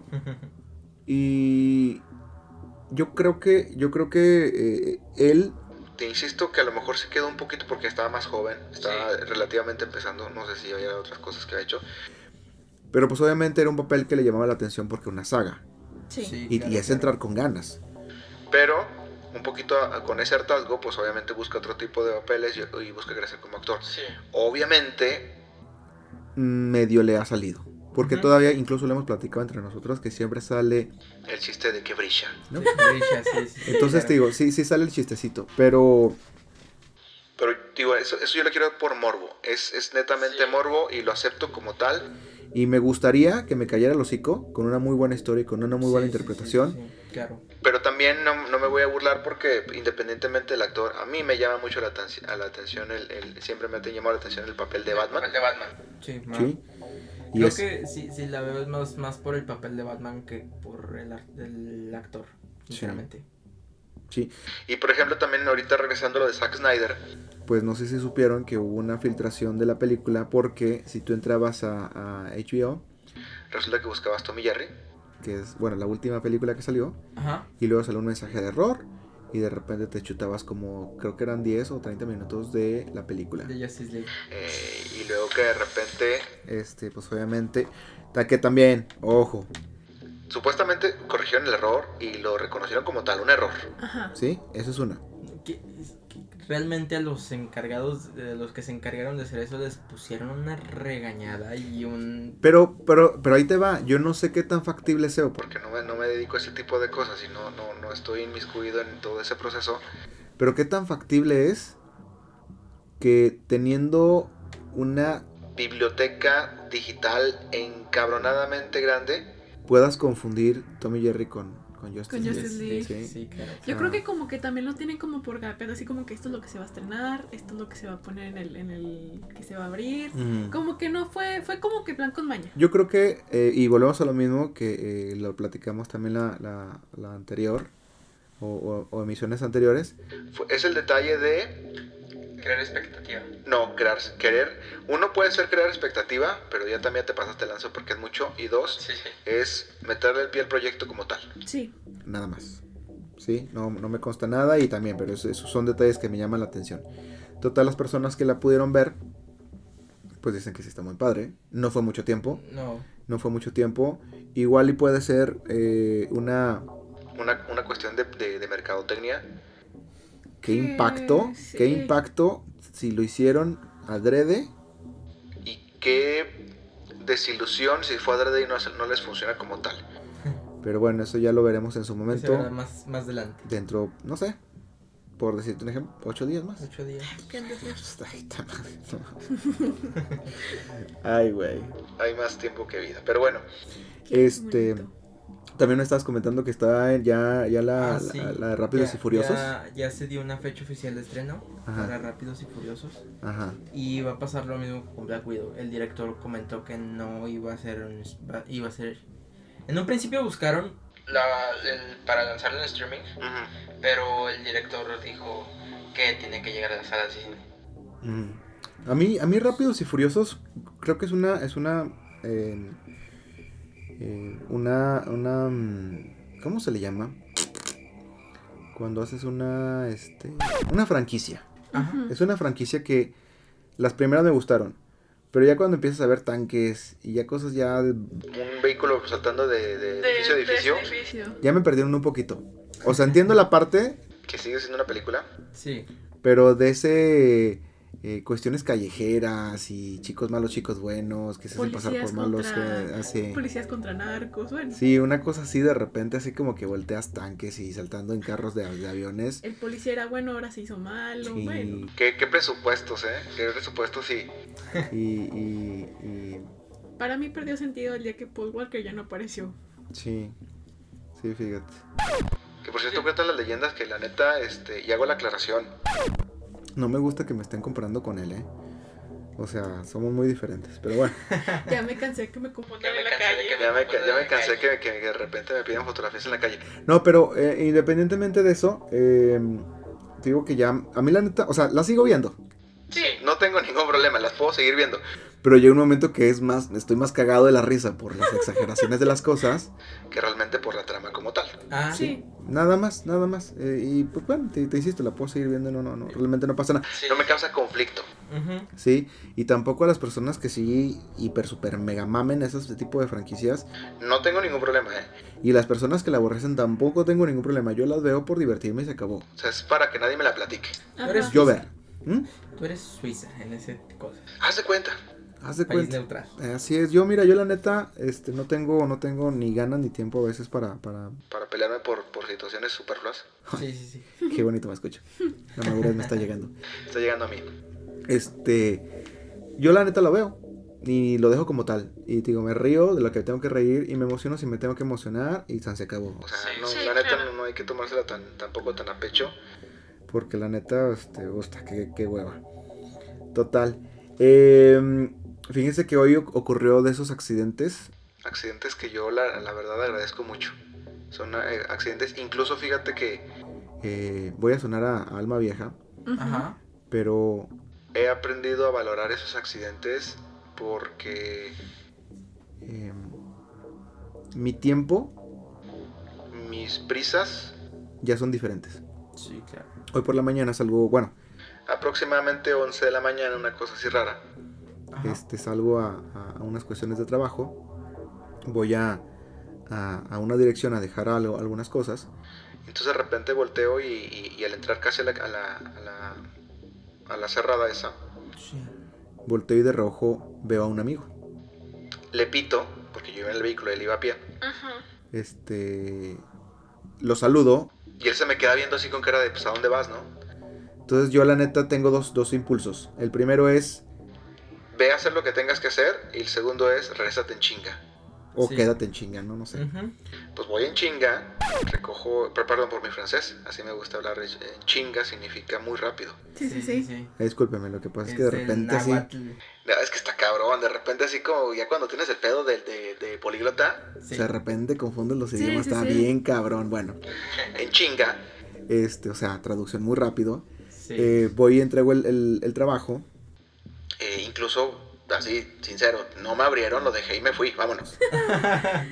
[SPEAKER 3] y yo creo que, yo creo que eh, él,
[SPEAKER 4] Te insisto que a lo mejor se quedó un poquito porque estaba más joven, estaba relativamente empezando, no sé si había otras cosas que ha hecho.
[SPEAKER 3] pero pues obviamente era un papel que le llamaba la atención porque una saga,
[SPEAKER 6] Sí.
[SPEAKER 3] y, y es entrar con ganas.
[SPEAKER 4] Pero un poquito a- a- con ese hartazgo, pues obviamente busca otro tipo de papeles y, y busca crecer como actor.
[SPEAKER 5] Sí.
[SPEAKER 4] Obviamente,
[SPEAKER 3] Medio le ha salido, porque
[SPEAKER 5] Ujú.
[SPEAKER 3] todavía incluso lo hemos platicado entre nosotros que siempre sale
[SPEAKER 4] el chiste de que brilla.
[SPEAKER 3] ¿no?
[SPEAKER 5] Sí, brilla, sí, sí, sí,
[SPEAKER 3] Entonces te
[SPEAKER 5] claro.
[SPEAKER 3] digo, sí, sí sale el chistecito, pero
[SPEAKER 4] Pero digo, eso, eso yo lo quiero por morbo. Es, es netamente
[SPEAKER 5] Sí.
[SPEAKER 4] morbo y lo acepto como tal.
[SPEAKER 3] y me gustaría que me cayera el hocico con una muy buena historia y con una muy buena
[SPEAKER 5] Sí, sí, sí,
[SPEAKER 3] interpretación.
[SPEAKER 5] sí, sí, claro.
[SPEAKER 4] Pero también no, no me voy a burlar porque independientemente del actor, a mí me llama mucho la, atenci- a la atención, el, el- siempre me ha llamado la atención el papel de Batman.
[SPEAKER 5] de Batman. Sí, ma.
[SPEAKER 3] Sí. Y
[SPEAKER 5] Creo
[SPEAKER 3] es-
[SPEAKER 5] que sí, sí la veo más, más por el papel de Batman que por el, ar- el actor,
[SPEAKER 3] Sí.
[SPEAKER 5] sinceramente.
[SPEAKER 3] sí,
[SPEAKER 4] Y por ejemplo también ahorita regresando a lo de Zack Snyder,
[SPEAKER 3] pues no sé si supieron que hubo una filtración de la película porque si tú entrabas a, a HBO,
[SPEAKER 4] resulta que buscabas Tommy Jerry.
[SPEAKER 3] que es, bueno, la última película que salió,
[SPEAKER 5] Ajá.
[SPEAKER 3] y luego salió un mensaje de error y de repente te chutabas como, creo que eran 10 o 30 minutos de la película.
[SPEAKER 5] De Justice League.
[SPEAKER 4] eh, y luego que de repente
[SPEAKER 3] Este, pues obviamente, ta- que también, ojo,
[SPEAKER 4] Supuestamente corrigieron el error y lo reconocieron como tal, un error.
[SPEAKER 6] Ajá.
[SPEAKER 3] ¿sí? Eso es una.
[SPEAKER 5] Que- es que realmente a los encargados, eh, los que se encargaron de hacer eso, les pusieron una regañada y un...
[SPEAKER 3] Pero, pero, pero ahí te va, yo no sé qué tan factible sea, porque-
[SPEAKER 4] Porque no me, no me dedico a ese tipo de cosas y no, no, no estoy inmiscuido en todo ese proceso.
[SPEAKER 3] pero qué tan factible es que teniendo una
[SPEAKER 4] Biblioteca digital encabronadamente grande.
[SPEAKER 3] puedas confundir Tommy Jerry con, con Justice
[SPEAKER 6] Con
[SPEAKER 3] League.
[SPEAKER 6] Justice League.
[SPEAKER 3] Sí.
[SPEAKER 5] Sí, claro.
[SPEAKER 6] Yo creo que como que también lo tienen como por pero así como que esto es lo que se va a estrenar, esto es lo que se va a poner en el, en el que se va a abrir.
[SPEAKER 3] Ujú.
[SPEAKER 6] Como que no fue, fue como que plan con maña.
[SPEAKER 3] Yo creo que, eh, y volvemos a lo mismo que eh, lo platicamos también la, la- la anterior, o, o- o emisiones anteriores,
[SPEAKER 4] Fue- Es el detalle de
[SPEAKER 5] Crear expectativa.
[SPEAKER 4] no crear, querer. Uno puede ser crear expectativa, pero ya también te pasaste el lanzo porque es mucho. Y dos,
[SPEAKER 5] sí.
[SPEAKER 4] es meterle el pie al proyecto como tal.
[SPEAKER 6] Sí.
[SPEAKER 3] nada más. ¿Sí? No, no me consta nada y también, pero es- esos son detalles que me llaman la atención. Total, las personas que la pudieron ver, pues dicen que sí está muy padre. No fue mucho tiempo,
[SPEAKER 5] No.
[SPEAKER 3] no fue mucho tiempo. Igual y puede ser eh, una...
[SPEAKER 4] Una, una cuestión de, de, de mercadotecnia.
[SPEAKER 3] ¿Qué
[SPEAKER 6] Sí,
[SPEAKER 3] impacto?
[SPEAKER 6] sí.
[SPEAKER 3] ¿Qué impacto si lo hicieron adrede?
[SPEAKER 4] Y qué desilusión si fue adrede y no, no les funciona como tal.
[SPEAKER 3] Pero bueno, eso ya lo veremos en su
[SPEAKER 5] Eso
[SPEAKER 3] momento.
[SPEAKER 5] era más, más adelante.
[SPEAKER 3] Dentro, no sé, por decirte un ejemplo, ocho días más.
[SPEAKER 5] Ocho días.
[SPEAKER 6] ¿Qué han de hacer?
[SPEAKER 3] Pues, Ay, ta madre, no. Ay, güey.
[SPEAKER 4] Hay más tiempo que vida. Pero bueno,
[SPEAKER 6] Qué
[SPEAKER 3] Este,
[SPEAKER 6] bonito.
[SPEAKER 3] También me estabas comentando que está ya, ya la,
[SPEAKER 5] Ah, sí.
[SPEAKER 3] la- la de Rápidos
[SPEAKER 5] Ya-
[SPEAKER 3] y Furiosos.
[SPEAKER 5] Ya, ya se dio una fecha oficial de estreno
[SPEAKER 3] Ajá.
[SPEAKER 5] para Rápidos y Furiosos.
[SPEAKER 3] Ajá.
[SPEAKER 5] Y va a pasar lo mismo con Black Widow. El director comentó que no iba a ser. un- va- iba a ser. En un principio buscaron la- el- para lanzarlo en streaming, pero el director dijo que tiene que llegar a las salas de cine.
[SPEAKER 3] Mm. A mí, a mí Rápidos y Furiosos creo que es una, es una, eh, eh, una, una, mm, ¿cómo se le llama? Cuando haces una, este, una franquicia.
[SPEAKER 5] Ajá.
[SPEAKER 3] Es una franquicia que las primeras me gustaron, pero ya cuando empiezas a ver tanques y ya cosas ya,
[SPEAKER 4] un vehículo saltando de, de
[SPEAKER 6] De-
[SPEAKER 4] edificio a
[SPEAKER 6] de
[SPEAKER 4] edificio,
[SPEAKER 6] este edificio.
[SPEAKER 3] ya me perdieron un poquito. O sea, entiendo la parte,
[SPEAKER 4] que sigue siendo una película.
[SPEAKER 5] Sí.
[SPEAKER 3] pero de ese eh, cuestiones callejeras y chicos malos, chicos buenos, que se hacen pasar
[SPEAKER 6] Policías
[SPEAKER 3] por malos,
[SPEAKER 6] contra-
[SPEAKER 3] que así.
[SPEAKER 6] Policías contra narcos, bueno.
[SPEAKER 3] Sí, una cosa así de repente, así como que volteas tanques y saltando en carros de, de aviones.
[SPEAKER 6] El policía era bueno, ahora se hizo malo,
[SPEAKER 3] Sí,
[SPEAKER 6] bueno.
[SPEAKER 4] ¿Qué, qué presupuestos, ¿eh? ¿Qué presupuestos? Y
[SPEAKER 3] y, y-
[SPEAKER 6] Para mí perdió sentido el día que Paul Walker ya no apareció.
[SPEAKER 3] y- sí, sí, fíjate.
[SPEAKER 4] que por cierto cuentan las leyendas que la neta, este, y hago la aclaración,
[SPEAKER 3] No me gusta que me estén comparando con él, ¿eh? O sea, somos muy diferentes, pero bueno.
[SPEAKER 6] Ya me cansé que me confundían
[SPEAKER 5] Ya me
[SPEAKER 6] en la
[SPEAKER 5] cansé de
[SPEAKER 6] calle.
[SPEAKER 5] que
[SPEAKER 4] ya me, ca- ya me
[SPEAKER 5] Ay.
[SPEAKER 4] cansé que, que de repente me piden fotografías en la calle.
[SPEAKER 3] No, pero eh, independientemente de eso, eh, te digo que ya, a mí la neta, o sea, la sigo viendo.
[SPEAKER 6] Sí.
[SPEAKER 4] No tengo ningún problema, las puedo seguir viendo.
[SPEAKER 3] Pero llega un momento que es más, estoy más cagado de la risa por las exageraciones de las cosas.
[SPEAKER 4] Que realmente por la trama como tal.
[SPEAKER 5] Ah,
[SPEAKER 6] Sí.
[SPEAKER 3] Nada más, nada más. eh, y pues bueno, te, te insisto, la puedo seguir viendo, no, no, no, realmente no pasa nada.
[SPEAKER 4] No me causa conflicto.
[SPEAKER 5] Ujú.
[SPEAKER 3] ¿sí? Y tampoco a las personas que sí hiper, super, mega mamen ese tipo de franquicias.
[SPEAKER 4] No tengo ningún problema, ¿eh?
[SPEAKER 3] Y las personas que la aborrecen tampoco tengo ningún problema. Yo las veo por divertirme y se acabó.
[SPEAKER 4] O sea, es para que nadie me la platique.
[SPEAKER 6] Ajá.
[SPEAKER 5] eres-
[SPEAKER 3] Yo ver. ¿Mm?
[SPEAKER 5] Tú eres suiza en ese cosa.
[SPEAKER 4] Haz de cuenta.
[SPEAKER 3] Haz de
[SPEAKER 5] País
[SPEAKER 3] cuenta.
[SPEAKER 5] neutral.
[SPEAKER 3] Así es, yo mira, yo la neta, este, no tengo, no tengo ni ganas ni tiempo a veces para, para,
[SPEAKER 4] Para pelearme por, por situaciones superfluas.
[SPEAKER 5] Sí, sí, sí.
[SPEAKER 3] qué bonito me escucho, la madurez me está llegando,
[SPEAKER 4] Está llegando a mí.
[SPEAKER 3] este, yo la neta lo veo y lo dejo como tal, y te digo, me río de lo que tengo que reír y me emociono si me tengo que emocionar y tan se acabó,
[SPEAKER 4] O sea,
[SPEAKER 5] Sí.
[SPEAKER 4] no,
[SPEAKER 6] Sí,
[SPEAKER 4] la neta
[SPEAKER 6] claro.
[SPEAKER 4] no, no hay que tomársela tan, tampoco tan a pecho.
[SPEAKER 3] Porque la neta, este, gusta, qué, qué hueva. Total. em, fíjense que hoy oc- ocurrió de esos accidentes.
[SPEAKER 4] Accidentes que yo la, la verdad agradezco mucho. Son eh, accidentes, incluso fíjate que
[SPEAKER 3] eh, voy a sonar a, a alma vieja,
[SPEAKER 6] Ujú.
[SPEAKER 5] Ajá.
[SPEAKER 3] pero
[SPEAKER 4] he aprendido a valorar esos accidentes porque
[SPEAKER 3] em, mi tiempo
[SPEAKER 4] mis prisas,
[SPEAKER 3] ya son diferentes.
[SPEAKER 5] Sí, claro.
[SPEAKER 3] Hoy por la mañana salgo, bueno,
[SPEAKER 4] aproximadamente 11 de la mañana, una cosa así rara.
[SPEAKER 5] Ajá.
[SPEAKER 3] este, salgo a, a- a unas cuestiones de trabajo. Voy a, a- a una dirección a dejar algo, algunas cosas.
[SPEAKER 4] Entonces de repente volteo y, y- y al entrar casi a la, a la- a la- a la cerrada esa,
[SPEAKER 5] Sí.
[SPEAKER 3] Volteo y de reojo veo a un amigo.
[SPEAKER 4] le pito, porque yo iba en el vehículo, él iba a pie.
[SPEAKER 6] Ajá.
[SPEAKER 3] Este, lo saludo,
[SPEAKER 4] Y él se me queda viendo así con cara de, pues, ¿a dónde vas, no?
[SPEAKER 3] Entonces yo la neta tengo dos, dos impulsos. El primero es
[SPEAKER 4] Ve a hacer lo que tengas que hacer. Y el segundo es, regrésate en chinga.
[SPEAKER 3] o
[SPEAKER 5] Sí.
[SPEAKER 3] oh, quédate en chinga, no, no sé.
[SPEAKER 5] Ujú.
[SPEAKER 4] Pues voy en chinga, recojo, per- perdón por mi francés, así me gusta hablar. es- En chinga significa muy rápido.
[SPEAKER 6] Sí, sí, sí.
[SPEAKER 3] Eh, Discúlpeme, lo que pasa es, que de
[SPEAKER 5] el
[SPEAKER 3] repente así,
[SPEAKER 5] náhuatl.
[SPEAKER 4] No, es que está cabrón, de repente así como ya cuando tienes el pedo de, de- de políglota,
[SPEAKER 5] Sí.
[SPEAKER 3] o sea, de repente confundes los
[SPEAKER 6] Sí,
[SPEAKER 3] idiomas,
[SPEAKER 6] sí,
[SPEAKER 3] está
[SPEAKER 6] sí.
[SPEAKER 3] bien cabrón. Bueno,
[SPEAKER 4] en chinga,
[SPEAKER 3] este, o sea, traducción muy rápido.
[SPEAKER 5] Sí.
[SPEAKER 3] Eh, voy y entrego el, el- el trabajo.
[SPEAKER 4] eh, incluso así, sincero, no me abrieron, lo dejé y me fui, vámonos.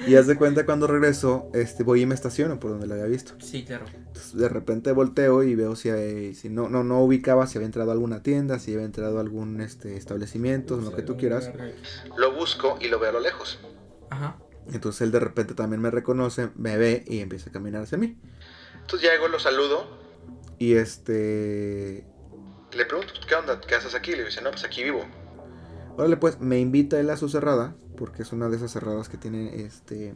[SPEAKER 3] Y haz de cuenta cuando regreso, este, voy y me estaciono por donde lo había visto.
[SPEAKER 5] Sí, claro.
[SPEAKER 3] Entonces, de repente volteo y veo si, hay- si no, no, no ubicaba si había entrado a alguna tienda, si había entrado a algún este, establecimiento, lo que tú quieras.
[SPEAKER 4] Lo busco y lo veo a lo lejos.
[SPEAKER 5] Ajá.
[SPEAKER 3] Entonces él de repente también me reconoce, me ve y empieza a caminar hacia mí.
[SPEAKER 4] Entonces llego, lo saludo,
[SPEAKER 3] Y este.
[SPEAKER 4] le pregunto, ¿qué onda? ¿Qué haces aquí? Le dice, no, pues aquí vivo.
[SPEAKER 3] Órale, pues me invita él a su cerrada, porque es una de esas cerradas que tiene este.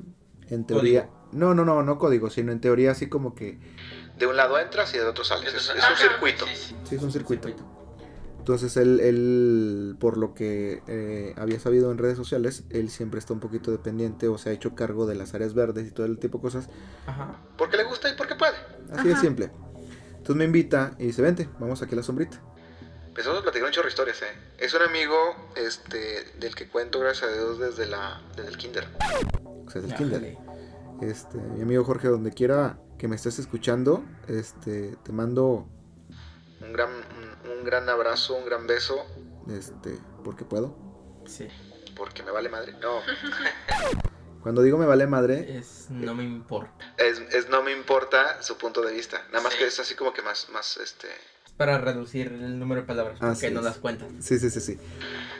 [SPEAKER 3] En teoría. No, no, no, no código, sino en teoría, así como que
[SPEAKER 4] de un lado entras y del otro sales. Es, es un circuito.
[SPEAKER 3] Sí, es un circuito. Entonces él, él por lo que eh, había sabido en redes sociales, él siempre está un poquito dependiente o se ha hecho cargo de las áreas verdes y todo el tipo de cosas.
[SPEAKER 5] Ajá.
[SPEAKER 4] Porque le gusta y porque puede.
[SPEAKER 3] Así de
[SPEAKER 6] Ajá.
[SPEAKER 3] simple. Entonces me invita y dice, vente, vamos aquí a la sombrita.
[SPEAKER 4] Empezamos a platicar un chorro de historias, ¿eh? Es un amigo este, del que cuento, gracias a Dios, desde, la, desde el kinder.
[SPEAKER 3] O sea, del
[SPEAKER 5] Ya,
[SPEAKER 3] kinder.
[SPEAKER 5] jale.
[SPEAKER 3] Este, mi amigo Jorge, donde quiera que me estés escuchando, este, te mando,
[SPEAKER 4] Un gran, un, un gran abrazo, un gran beso,
[SPEAKER 3] este, porque puedo.
[SPEAKER 5] Sí.
[SPEAKER 3] ¿Eh?
[SPEAKER 4] porque me vale madre. No,
[SPEAKER 3] Cuando digo me vale madre,
[SPEAKER 5] Es, no me importa.
[SPEAKER 4] es, es no me importa su punto de vista. Nada más
[SPEAKER 5] Sí.
[SPEAKER 4] que es así como que más, más, este,
[SPEAKER 5] Es para reducir el número de palabras.
[SPEAKER 3] Así
[SPEAKER 5] Porque no
[SPEAKER 3] es.
[SPEAKER 5] las cuentan.
[SPEAKER 3] Ah, sí, sí, sí, sí.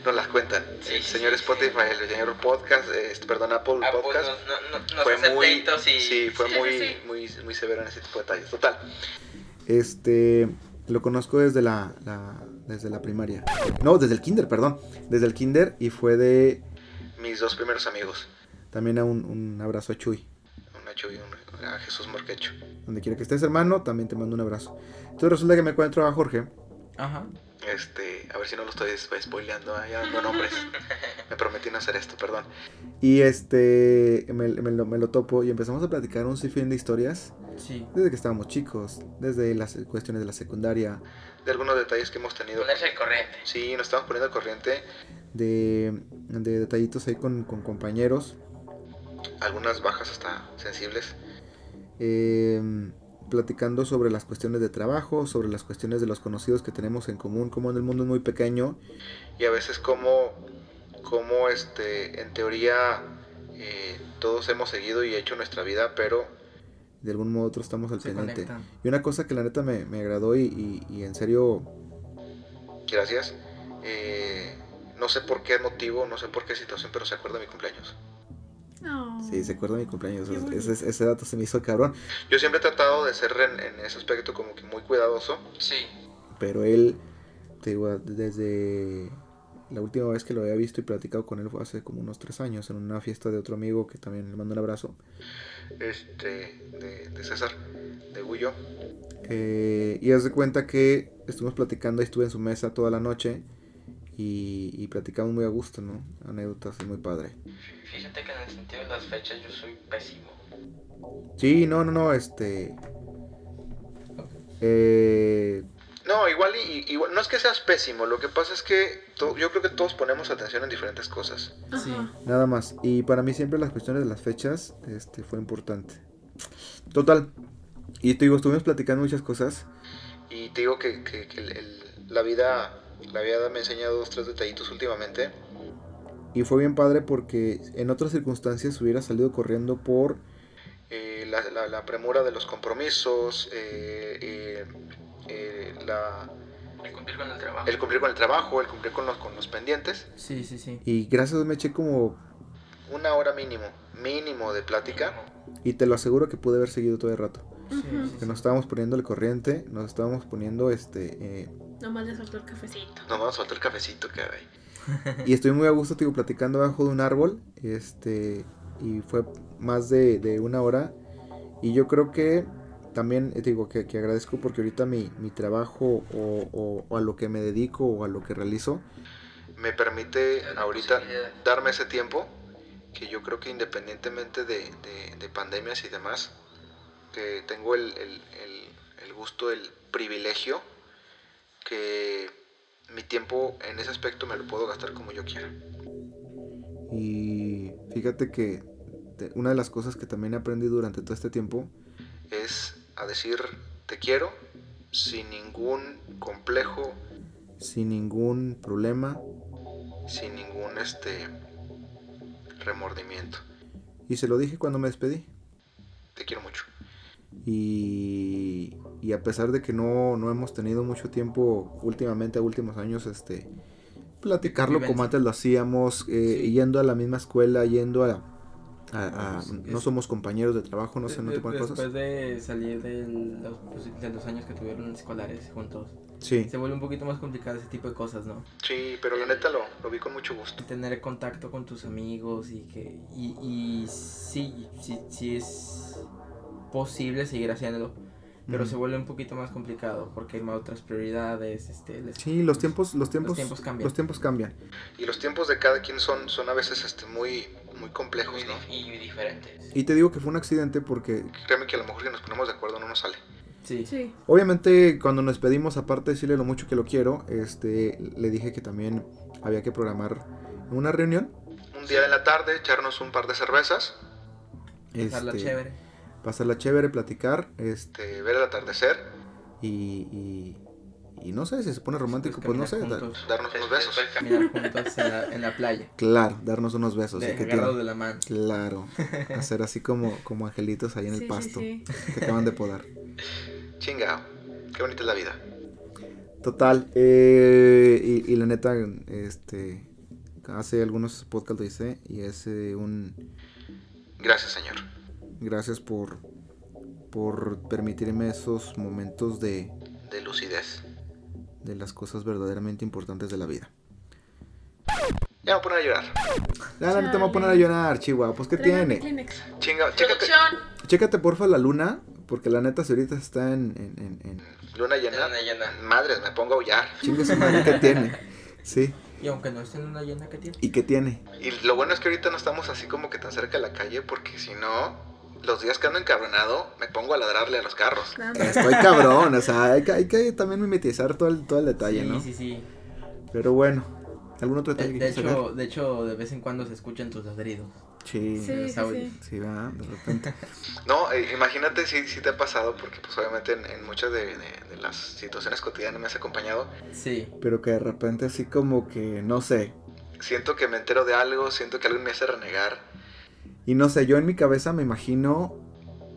[SPEAKER 4] nos las cuentan.
[SPEAKER 5] Sí,
[SPEAKER 4] el señor
[SPEAKER 5] sí, sí.
[SPEAKER 4] Spotify, el señor podcast, este, perdón, Apple
[SPEAKER 5] Ah, pues,
[SPEAKER 4] Podcast.
[SPEAKER 5] fue muy...
[SPEAKER 4] sí, fue
[SPEAKER 6] Sí, sí,
[SPEAKER 4] muy,
[SPEAKER 6] sí.
[SPEAKER 4] muy, muy severo en ese tipo de detalles. Total.
[SPEAKER 3] Este, lo conozco desde la, la- desde la primaria. No, desde el kinder, perdón. Desde el kinder y fue de
[SPEAKER 4] Mis dos primeros amigos,
[SPEAKER 3] también a un, un abrazo a Chuy.
[SPEAKER 4] un Nacho y un a Jesús Morquecho.
[SPEAKER 3] Donde quiera que estés, hermano, también te mando un abrazo. Entonces resulta que me encuentro a Jorge.
[SPEAKER 5] Ajá.
[SPEAKER 4] Este, a ver si no lo estoy spo- spoileando, ah, ya dando nombres. Me prometí no hacer esto, perdón.
[SPEAKER 3] Y este, me, me lo, me lo topo y empezamos a platicar un sinfín de historias.
[SPEAKER 5] Sí.
[SPEAKER 3] Desde que estábamos chicos, desde las cuestiones de la secundaria,
[SPEAKER 4] De algunos detalles que hemos tenido.
[SPEAKER 5] al corriente.
[SPEAKER 4] Sí, nos estamos poniendo al corriente.
[SPEAKER 3] de, de detallitos ahí con, con compañeros.
[SPEAKER 4] Algunas bajas hasta sensibles.
[SPEAKER 3] eh, platicando sobre las cuestiones de trabajo, sobre las cuestiones de los conocidos que tenemos en común, como en el mundo es muy pequeño.
[SPEAKER 4] Y a veces como, como este, en teoría eh, todos hemos seguido y hecho nuestra vida, pero
[SPEAKER 3] De algún modo otro estamos al
[SPEAKER 5] Se
[SPEAKER 3] pendiente.
[SPEAKER 5] conectan.
[SPEAKER 3] Y una cosa que la neta me, me agradó y, y- y en serio,
[SPEAKER 4] gracias. eh, no sé por qué motivo, no sé por qué situación, pero se acuerda de mi cumpleaños.
[SPEAKER 6] Oh.
[SPEAKER 3] sí, se acuerda de mi cumpleaños.
[SPEAKER 6] Qué bonito.
[SPEAKER 3] Ese, ese dato se me hizo cabrón.
[SPEAKER 4] Yo siempre he tratado de ser en, en ese aspecto como que muy cuidadoso.
[SPEAKER 5] Sí.
[SPEAKER 3] Pero él, te digo, desde la última vez que lo había visto y platicado con él fue hace como unos tres años en una fiesta de otro amigo que también le mando un abrazo.
[SPEAKER 4] este, de, de César, de Guyo.
[SPEAKER 3] Eh, y haz de cuenta que estuvimos platicando, estuve en su mesa toda la noche y, y platicamos muy a gusto, ¿no? Anécdotas, es muy padre.
[SPEAKER 5] Fíjate que en el sentido de las fechas yo soy pésimo.
[SPEAKER 3] Sí, no, no, no, este... eh,
[SPEAKER 4] No, igual, y, y- igual- no es que seas pésimo, lo que pasa es que to- yo creo que todos ponemos atención en diferentes cosas.
[SPEAKER 6] Ajá.
[SPEAKER 5] Sí.
[SPEAKER 3] nada más. Y para mí siempre las cuestiones de las fechas este, fue importante. Total. Y te digo, estuvimos platicando muchas cosas.
[SPEAKER 4] Y te digo que, que- que el- el- la, vida, la vida me enseña dos, tres detallitos últimamente.
[SPEAKER 3] Y fue bien padre porque en otras circunstancias hubiera salido corriendo por...
[SPEAKER 4] Eh, la, la- la premura de los compromisos, eh, eh, eh, la-
[SPEAKER 5] El cumplir con el trabajo.
[SPEAKER 4] el cumplir con el trabajo, el cumplir con los, con los pendientes.
[SPEAKER 5] Sí, sí, sí.
[SPEAKER 3] Y gracias a Dios me eché como...
[SPEAKER 4] Una hora mínimo, mínimo de plática.
[SPEAKER 3] Y te lo aseguro que pude haber seguido todo el rato.
[SPEAKER 5] Sí, sí, sí.
[SPEAKER 3] que nos estábamos poniendo el corriente, nos estábamos poniendo este... eh,
[SPEAKER 6] Nomás le soltó el cafecito.
[SPEAKER 4] Nos vamos a faltar el cafecito, caray.
[SPEAKER 3] y estoy muy a gusto, te digo, platicando abajo de un árbol, este, y fue más de, de una hora. Y yo creo que también, eh, te digo, que, que agradezco porque ahorita mi, mi trabajo o, o- o a lo que me dedico o a lo que realizo,
[SPEAKER 4] me permite
[SPEAKER 5] Una
[SPEAKER 4] ahorita
[SPEAKER 5] posibilidad.
[SPEAKER 4] darme ese tiempo que yo creo que independientemente de, de- de pandemias y demás, que tengo el, el- el- el gusto, el privilegio, que mi tiempo en ese aspecto me lo puedo gastar como yo quiera.
[SPEAKER 3] y fíjate que te- una de las cosas que también aprendí durante todo este tiempo,
[SPEAKER 4] Es a decir te quiero sin ningún complejo,
[SPEAKER 3] sin ningún problema,
[SPEAKER 4] sin ningún este remordimiento.
[SPEAKER 3] y se lo dije cuando me despedí.
[SPEAKER 4] Te quiero mucho.
[SPEAKER 3] Y, y a pesar de que no, no hemos tenido mucho tiempo últimamente, a últimos años, este platicarlo como
[SPEAKER 5] Convivencia.
[SPEAKER 3] antes lo hacíamos, eh,
[SPEAKER 5] Sí.
[SPEAKER 3] yendo a la misma escuela, yendo a... a- a-
[SPEAKER 5] Es-
[SPEAKER 3] no
[SPEAKER 5] es-
[SPEAKER 3] somos compañeros de trabajo, no sé, no
[SPEAKER 5] De-
[SPEAKER 3] tipo de
[SPEAKER 5] después
[SPEAKER 3] cosas.
[SPEAKER 5] de salir de los, pues, de los años que tuvieron escolares juntos,
[SPEAKER 3] Sí,
[SPEAKER 5] se vuelve un poquito más complicado ese tipo de cosas, ¿no?
[SPEAKER 4] Sí, pero la neta lo, lo vi con mucho gusto.
[SPEAKER 5] El Tener contacto con tus amigos y que. Y, y sí, sí, sí es posible seguir haciéndolo, pero se vuelve un poquito más complicado porque hay más otras prioridades, este, les-
[SPEAKER 3] Sí, los tiempos, los tiempos,
[SPEAKER 5] los tiempos cambian.
[SPEAKER 3] los tiempos cambian.
[SPEAKER 4] Y los tiempos de cada quien son, son a veces este, muy, muy complejos,
[SPEAKER 5] Muy
[SPEAKER 4] ¿no?
[SPEAKER 5] dif- y diferentes.
[SPEAKER 3] Y te digo que fue un accidente porque
[SPEAKER 4] Créeme que a lo mejor que nos ponemos de acuerdo no nos sale.
[SPEAKER 5] Sí.
[SPEAKER 6] Sí.
[SPEAKER 3] Obviamente, cuando nos pedimos, aparte de decirle lo mucho que lo quiero, este, le dije que también había que programar una reunión.
[SPEAKER 4] Un día de la tarde, echarnos un par de cervezas,
[SPEAKER 5] pasarla
[SPEAKER 3] este,
[SPEAKER 5] chévere.
[SPEAKER 3] pasarla chévere, platicar, este,
[SPEAKER 4] este, ver el atardecer,
[SPEAKER 3] y, y- y no sé, si se pone romántico, pues no sé.
[SPEAKER 5] caminar
[SPEAKER 3] da-
[SPEAKER 5] juntos,
[SPEAKER 4] darnos unos besos.
[SPEAKER 5] Caminar juntos en la, en la playa,
[SPEAKER 3] claro, darnos unos besos.
[SPEAKER 5] de,
[SPEAKER 3] y que
[SPEAKER 5] agarrados
[SPEAKER 3] tiran-
[SPEAKER 5] de la mano.
[SPEAKER 3] Claro, hacer así como, como angelitos ahí en
[SPEAKER 6] Sí,
[SPEAKER 3] el pasto
[SPEAKER 6] Sí, sí.
[SPEAKER 3] que acaban de podar.
[SPEAKER 4] Chinga, qué bonita es la vida.
[SPEAKER 3] Total, eh, y, y la neta, este, hace algunos podcasts lo hice y es eh, un...
[SPEAKER 4] Gracias, señor.
[SPEAKER 3] Gracias por, por permitirme esos momentos de,
[SPEAKER 4] De lucidez.
[SPEAKER 3] de las cosas verdaderamente importantes de la vida.
[SPEAKER 4] Ya me voy a poner a llorar.
[SPEAKER 3] Ya, la neta me voy a poner a
[SPEAKER 6] Chale.
[SPEAKER 3] llorar, Chihuahua. Pues, ¿qué
[SPEAKER 6] Tráigame
[SPEAKER 3] tiene? Ah,
[SPEAKER 6] Kleenex.
[SPEAKER 4] Chinga, chécate.
[SPEAKER 6] Producción.
[SPEAKER 3] Chécate, porfa, la luna, porque la neta, si ahorita está en... en, en, en-
[SPEAKER 4] Luna llena.
[SPEAKER 5] Luna llena.
[SPEAKER 4] Madres, me pongo a aullar.
[SPEAKER 3] Chingue su madre, ¿qué tiene? Sí,
[SPEAKER 5] Y aunque no esté en una llena que tiene.
[SPEAKER 3] ¿y qué tiene?
[SPEAKER 4] Y lo bueno es que ahorita no estamos así como que tan cerca de la calle, porque si no, los días que ando encabronado, me pongo a ladrarle a los carros.
[SPEAKER 6] Nada más.
[SPEAKER 3] Estoy cabrón, o sea, hay que, hay que también mimetizar todo el, todo el detalle,
[SPEAKER 5] sí,
[SPEAKER 3] ¿no?
[SPEAKER 5] sí, sí.
[SPEAKER 3] Pero bueno, ¿algún otro
[SPEAKER 5] De,
[SPEAKER 3] detalle que
[SPEAKER 5] de
[SPEAKER 3] quieras sacar?
[SPEAKER 5] hecho, de hecho, de vez en cuando se escuchan tus ladridos.
[SPEAKER 3] Sí,
[SPEAKER 6] Sí, sí, sí.
[SPEAKER 3] sí, va, de repente.
[SPEAKER 4] No, eh, imagínate si, si te ha pasado, porque pues obviamente en, en muchas de, de- de las situaciones cotidianas me has acompañado.
[SPEAKER 5] Sí.
[SPEAKER 3] Pero que de repente así como que, no sé,
[SPEAKER 4] Siento que me entero de algo, siento que alguien me hace renegar.
[SPEAKER 3] Y no sé, yo en mi cabeza me imagino.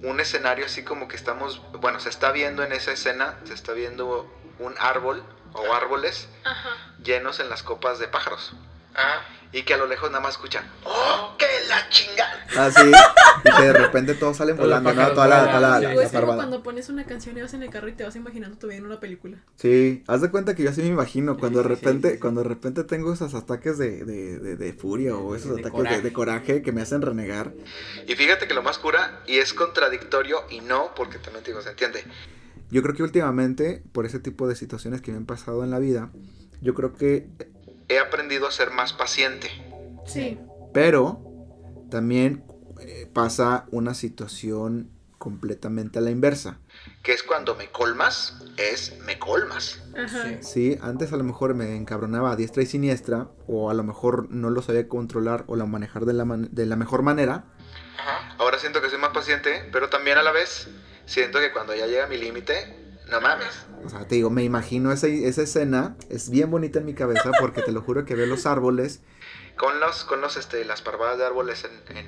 [SPEAKER 4] Un escenario así como que estamos, bueno, se está viendo en esa escena, se está viendo un árbol o árboles
[SPEAKER 6] Ajá.
[SPEAKER 4] llenos en las copas de pájaros.
[SPEAKER 5] Ah,
[SPEAKER 4] Y que a lo lejos nada más escuchan, ¡Oh, que la chingada!
[SPEAKER 3] Así. y que de repente todos salen
[SPEAKER 5] Todos los
[SPEAKER 3] volando, ¿no?
[SPEAKER 5] pájaros
[SPEAKER 3] Toda la,
[SPEAKER 5] vuelan,
[SPEAKER 3] toda la,
[SPEAKER 5] sí.
[SPEAKER 3] la
[SPEAKER 6] O Pues es como
[SPEAKER 3] parvada.
[SPEAKER 6] cuando pones una canción y vas en el carro y te vas imaginando tu vida en una película.
[SPEAKER 3] Sí, haz de cuenta que yo así me imagino. Cuando de
[SPEAKER 5] Sí, sí, sí,
[SPEAKER 3] repente,
[SPEAKER 5] sí, sí.
[SPEAKER 3] cuando de repente tengo esos ataques de, de, de- de furia o
[SPEAKER 5] De-
[SPEAKER 3] esos
[SPEAKER 5] de
[SPEAKER 3] ataques
[SPEAKER 5] coraje.
[SPEAKER 3] De, de coraje que me hacen renegar.
[SPEAKER 4] Y fíjate que lo más cura, y es contradictorio y no, porque también te digo, se entiende.
[SPEAKER 3] Yo creo que últimamente, por ese tipo de situaciones que me han pasado en la vida, yo creo que.
[SPEAKER 4] He aprendido a ser más paciente.
[SPEAKER 6] Sí.
[SPEAKER 3] Pero también eh, pasa una situación completamente a la inversa.
[SPEAKER 4] que es cuando me colmas, es me colmas.
[SPEAKER 6] Ajá.
[SPEAKER 5] sí.
[SPEAKER 3] Sí, antes a lo mejor me encabronaba a diestra y siniestra, o a lo mejor no lo sabía controlar o la manejar de la, man- de la mejor manera.
[SPEAKER 5] Ajá.
[SPEAKER 4] Ahora siento que soy más paciente, pero también a la vez siento que cuando ya llega mi límite, no mames.
[SPEAKER 3] O sea, te digo, me imagino esa, esa escena, es bien bonita en mi cabeza porque te lo juro que veo los árboles.
[SPEAKER 4] Con los, con los este, las parvadas de árboles en, en,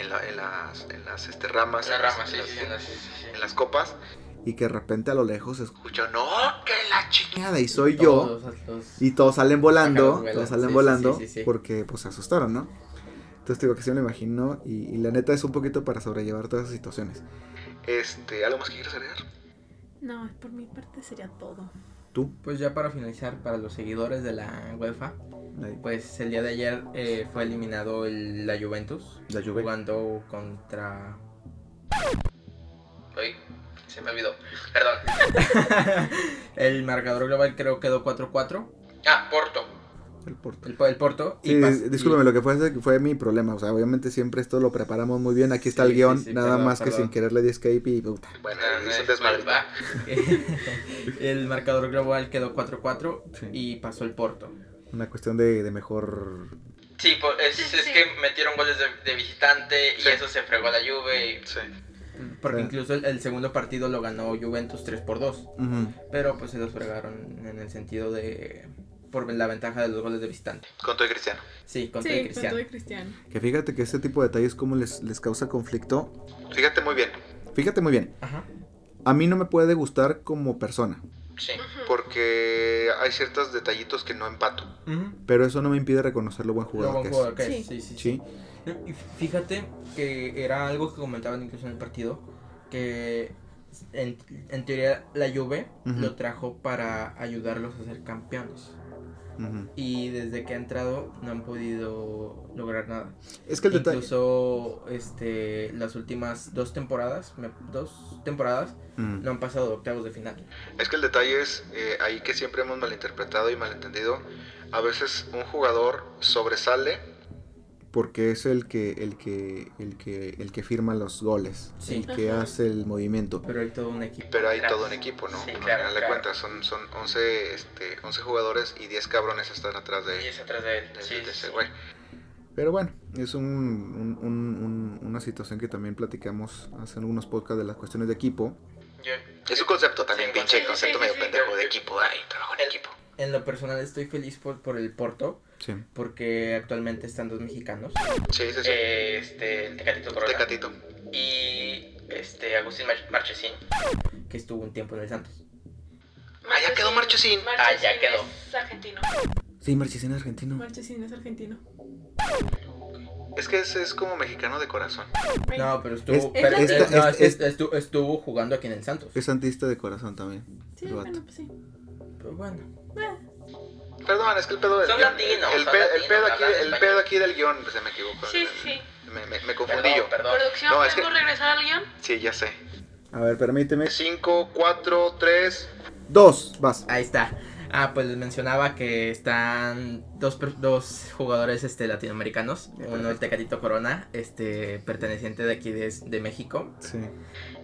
[SPEAKER 4] en la- en las, en las este, ramas, en las- en las- en las copas,
[SPEAKER 3] Y que de repente a lo lejos se escucha
[SPEAKER 4] escucho, no, que la chingada.
[SPEAKER 3] nada y soy yo. Y todos salen volando,
[SPEAKER 5] Pájaros vuelan,
[SPEAKER 3] todos
[SPEAKER 5] sí,
[SPEAKER 3] salen
[SPEAKER 5] sí,
[SPEAKER 3] volando
[SPEAKER 5] sí, sí, sí.
[SPEAKER 3] porque pues se asustaron, ¿no? Entonces te digo que sí me lo imagino y, y la neta es un poquito para sobrellevar todas esas situaciones.
[SPEAKER 4] Este, ¿Algo más que quieras agregar?
[SPEAKER 6] No, por mi parte sería todo.
[SPEAKER 3] ¿Tú?
[SPEAKER 5] Pues ya para finalizar, para los seguidores de la UEFA,
[SPEAKER 3] Ahí.
[SPEAKER 5] pues el día de ayer eh, fue eliminado el- la Juventus
[SPEAKER 3] La Juve.
[SPEAKER 5] jugando contra...
[SPEAKER 2] Ay, se me olvidó. Perdón.
[SPEAKER 5] el marcador global creo quedó 4-4,
[SPEAKER 2] Ah, Porto.
[SPEAKER 3] El Porto.
[SPEAKER 5] el, po- el Porto.
[SPEAKER 3] Sí,
[SPEAKER 5] pas-
[SPEAKER 3] discúlpeme, lo que fue ese fue mi problema. O sea, obviamente siempre esto lo preparamos muy bien. Aquí está
[SPEAKER 5] Sí,
[SPEAKER 3] el guión,
[SPEAKER 5] sí, sí,
[SPEAKER 3] nada
[SPEAKER 5] perdón,
[SPEAKER 3] más que
[SPEAKER 5] perdón.
[SPEAKER 3] sin querer le di escape y puta.
[SPEAKER 4] Bueno,
[SPEAKER 2] Ah,
[SPEAKER 4] es un
[SPEAKER 2] es-
[SPEAKER 4] desmadre.
[SPEAKER 2] va.
[SPEAKER 5] el marcador global quedó 4-4
[SPEAKER 3] Sí.
[SPEAKER 5] y pasó el Porto.
[SPEAKER 3] Una cuestión de, de mejor.
[SPEAKER 2] Sí, po- es,
[SPEAKER 6] Sí,
[SPEAKER 2] es
[SPEAKER 6] sí.
[SPEAKER 2] que metieron goles de, de visitante y
[SPEAKER 4] Sí.
[SPEAKER 2] eso se fregó a la Juve. y-
[SPEAKER 4] Sí.
[SPEAKER 5] Porque
[SPEAKER 3] Sí.
[SPEAKER 5] incluso el, el segundo partido lo ganó Juventus 3 por 2.
[SPEAKER 3] Ujú.
[SPEAKER 5] Pero pues se los fregaron en el sentido de. por la ventaja de los goles de visitante.
[SPEAKER 4] Con todo y Cristiano.
[SPEAKER 5] Sí,
[SPEAKER 6] Sí,
[SPEAKER 5] contra el
[SPEAKER 6] con todo
[SPEAKER 5] Cristiano.
[SPEAKER 6] de Cristiano.
[SPEAKER 3] Que fíjate que este tipo de detalles, como les, les causa conflicto.
[SPEAKER 4] Fíjate muy bien,
[SPEAKER 3] Fíjate muy bien,
[SPEAKER 5] Ajá.
[SPEAKER 3] a mí no me puede gustar como persona,
[SPEAKER 2] Sí.
[SPEAKER 4] porque hay ciertos detallitos que no empato.
[SPEAKER 5] Ujú.
[SPEAKER 3] pero eso no me impide reconocer lo buen
[SPEAKER 5] Lo
[SPEAKER 3] jugador
[SPEAKER 5] buen
[SPEAKER 3] que es.
[SPEAKER 5] jugador que es,
[SPEAKER 6] Sí.
[SPEAKER 5] sí, sí,
[SPEAKER 3] Sí,
[SPEAKER 5] sí. Y fíjate que era algo que comentaban incluso en el partido. Que en, en teoría la Juve
[SPEAKER 3] Ujú.
[SPEAKER 5] lo trajo para ayudarlos a ser campeones.
[SPEAKER 3] Ujú.
[SPEAKER 5] y desde que ha entrado no han podido lograr nada.
[SPEAKER 3] Es que el detalle.
[SPEAKER 5] Incluso este, las últimas dos temporadas, me- dos temporadas,
[SPEAKER 3] Ujú.
[SPEAKER 5] no han pasado octavos de final.
[SPEAKER 4] Es que el detalle es eh, ahí que siempre hemos malinterpretado y malentendido. A veces un jugador sobresale
[SPEAKER 3] Porque es el que, el que, el que, el que firma los goles,
[SPEAKER 5] Sí.
[SPEAKER 3] el que
[SPEAKER 6] Ajá.
[SPEAKER 3] hace el movimiento.
[SPEAKER 5] Pero hay todo un equipo.
[SPEAKER 4] Pero hay
[SPEAKER 2] Claro.
[SPEAKER 4] todo un equipo, ¿no?
[SPEAKER 2] Sí,
[SPEAKER 4] Al
[SPEAKER 2] claro,
[SPEAKER 4] final de
[SPEAKER 2] claro.
[SPEAKER 4] cuentas, son, son 11, este, 11 jugadores y 10 cabrones están atrás de,
[SPEAKER 2] Y es atrás de él.
[SPEAKER 4] de-
[SPEAKER 2] Sí,
[SPEAKER 4] de
[SPEAKER 2] sí,
[SPEAKER 4] ese
[SPEAKER 2] sí.
[SPEAKER 4] güey.
[SPEAKER 3] Pero bueno, es un, un- un- un- una situación que también platicamos hace algunos podcasts de las cuestiones de equipo.
[SPEAKER 2] Yo-
[SPEAKER 4] Es un concepto también,
[SPEAKER 2] Sí,
[SPEAKER 4] pinche
[SPEAKER 2] sí,
[SPEAKER 4] concepto
[SPEAKER 2] sí,
[SPEAKER 4] medio
[SPEAKER 2] sí,
[SPEAKER 4] pendejo
[SPEAKER 2] sí.
[SPEAKER 4] de equipo. Ay, trabajo en
[SPEAKER 2] El- eh,
[SPEAKER 4] equipo.
[SPEAKER 5] En lo personal estoy feliz por, por el Porto,
[SPEAKER 3] Sí.
[SPEAKER 5] porque actualmente están dos mexicanos.
[SPEAKER 4] Sí, sí, sí.
[SPEAKER 2] eh, este, el Tecatito Corona.
[SPEAKER 4] Tecatito.
[SPEAKER 2] Y este, Agustín Mar- Marchesín.
[SPEAKER 5] que estuvo un tiempo en el Santos.
[SPEAKER 4] Ah, ya quedó Marchesín.
[SPEAKER 2] Ah, ya quedó.
[SPEAKER 6] Es argentino.
[SPEAKER 3] Sí, Marchesín argentino.
[SPEAKER 6] Marchesín es argentino.
[SPEAKER 4] Es que ese es como mexicano de corazón.
[SPEAKER 5] No, pero estuvo,
[SPEAKER 3] Es-
[SPEAKER 5] pero-
[SPEAKER 6] es la
[SPEAKER 5] eh,
[SPEAKER 3] misma-
[SPEAKER 5] no,
[SPEAKER 3] es-
[SPEAKER 5] es- estu- estuvo jugando aquí en el Santos.
[SPEAKER 3] Es santista de corazón también.
[SPEAKER 6] Sí,
[SPEAKER 3] el vato.
[SPEAKER 6] bueno, pues sí.
[SPEAKER 5] Pero bueno,
[SPEAKER 6] Eh,
[SPEAKER 4] Perdón, es que el pedo del
[SPEAKER 2] Son
[SPEAKER 4] guión-
[SPEAKER 2] latinos,
[SPEAKER 4] El,
[SPEAKER 2] son
[SPEAKER 4] pe- el
[SPEAKER 2] latinos,
[SPEAKER 4] pedo aquí,
[SPEAKER 2] hablan
[SPEAKER 4] el
[SPEAKER 2] español.
[SPEAKER 4] pedo aquí del guión, pues, se me equivocó.
[SPEAKER 6] Sí, sí.
[SPEAKER 4] Me, me- me confundí
[SPEAKER 2] Perdón,
[SPEAKER 4] yo.
[SPEAKER 2] perdón.
[SPEAKER 6] Producción,
[SPEAKER 4] No, es
[SPEAKER 6] ¿podemos regresar al guión?
[SPEAKER 4] Sí, ya sé.
[SPEAKER 3] A ver, permíteme.
[SPEAKER 4] 5, 4, 3.
[SPEAKER 3] Dos, vas.
[SPEAKER 5] ahí está. Ah, pues les mencionaba que están dos, per- dos jugadores este, latinoamericanos. Uno el Tecatito Corona, este, perteneciente de aquí de, de México,
[SPEAKER 3] Sí.